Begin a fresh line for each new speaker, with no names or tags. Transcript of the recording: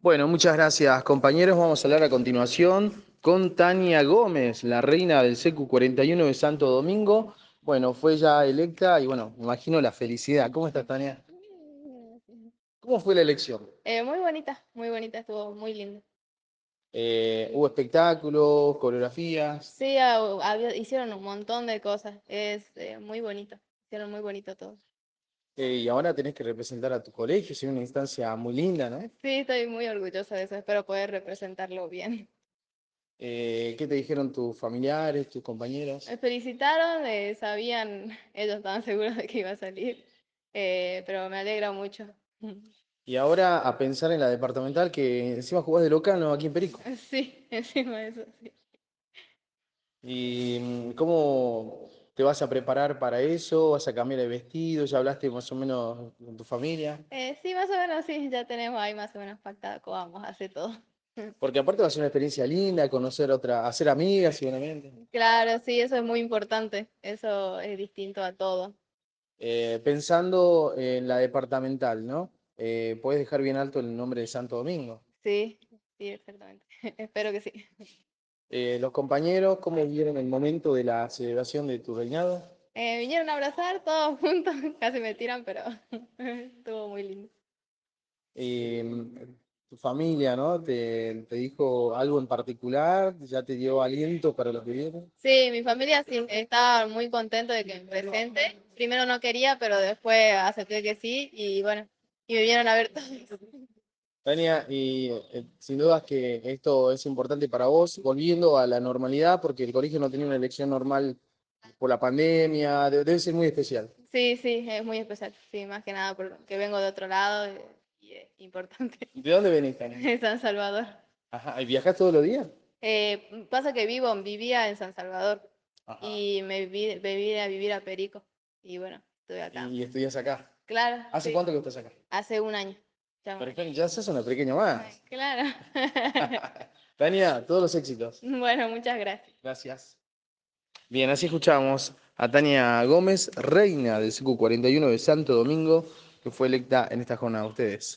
Bueno, muchas gracias compañeros. Vamos a hablar a continuación con Tania Gómez, la reina del CQ41 de Santo Domingo. Bueno, fue ya electa y bueno, me imagino la felicidad. ¿Cómo estás, Tania? ¿Cómo fue la elección?
Eh, muy bonita, muy bonita, estuvo muy linda.
Eh, ¿Hubo espectáculos, coreografías?
Sí, ha- había- hicieron un montón de cosas, es eh, muy bonito, hicieron muy bonito todo.
Eh, y ahora tenés que representar a tu colegio, es una instancia muy linda, ¿no?
Sí, estoy muy orgullosa de eso, espero poder representarlo bien.
Eh, ¿Qué te dijeron tus familiares, tus compañeros?
Me felicitaron, eh, sabían, ellos estaban seguros de que iba a salir, eh, pero me alegra mucho.
Y ahora a pensar en la departamental, que encima jugás de local, ¿no? Aquí en Perico.
Sí, encima de eso, sí.
¿Y mm, cómo te vas a preparar para eso? ¿Vas a cambiar de vestido? ¿Ya hablaste más o menos con tu familia?
Eh, sí, más o menos, sí, ya tenemos ahí más o menos pactado cómo vamos a hacer todo.
Porque aparte va a ser una experiencia linda, conocer otra, hacer amigas seguramente.
Claro, sí, eso es muy importante, eso es distinto a todo.
Eh, pensando en la departamental, ¿no? Eh, puedes dejar bien alto el nombre de Santo Domingo.
Sí, sí, exactamente. Espero que sí.
Eh, los compañeros, ¿cómo vivieron el momento de la celebración de tu reinado?
Eh, vinieron a abrazar todos juntos, casi me tiran, pero estuvo muy lindo.
Eh, tu familia, ¿no? ¿Te, te dijo algo en particular? ¿Ya te dio aliento para lo que viene?
Sí, mi familia sí, estaba muy contento de que me presente. Primero no quería, pero después acepté que sí y bueno, y me vinieron a ver todos.
Tania, y eh, sin dudas que esto es importante para vos, volviendo a la normalidad, porque el colegio no tenía una elección normal por la pandemia, de- debe ser muy especial.
Sí, sí, es muy especial. Sí, más que nada porque vengo de otro lado eh, y es importante.
¿De dónde venís, Tania?
En San Salvador.
Ajá, ¿y viajás todos los días?
Eh, pasa que vivo, vivía en San Salvador
Ajá.
y me, vi- me vine a vivir a Perico y bueno, estuve acá.
Y estudias acá.
Claro.
¿Hace
sí.
cuánto que estás acá?
Hace un año. ya.
Pero Ah. es que ya sos una pequeña más.
Claro.
Tania, todos los éxitos.
bueno, muchas gracias.
Gracias. Bien, así escuchamos a Tania Gómez, reina del CQ41 de Santo Domingo, que fue electa en esta jornada. Ustedes.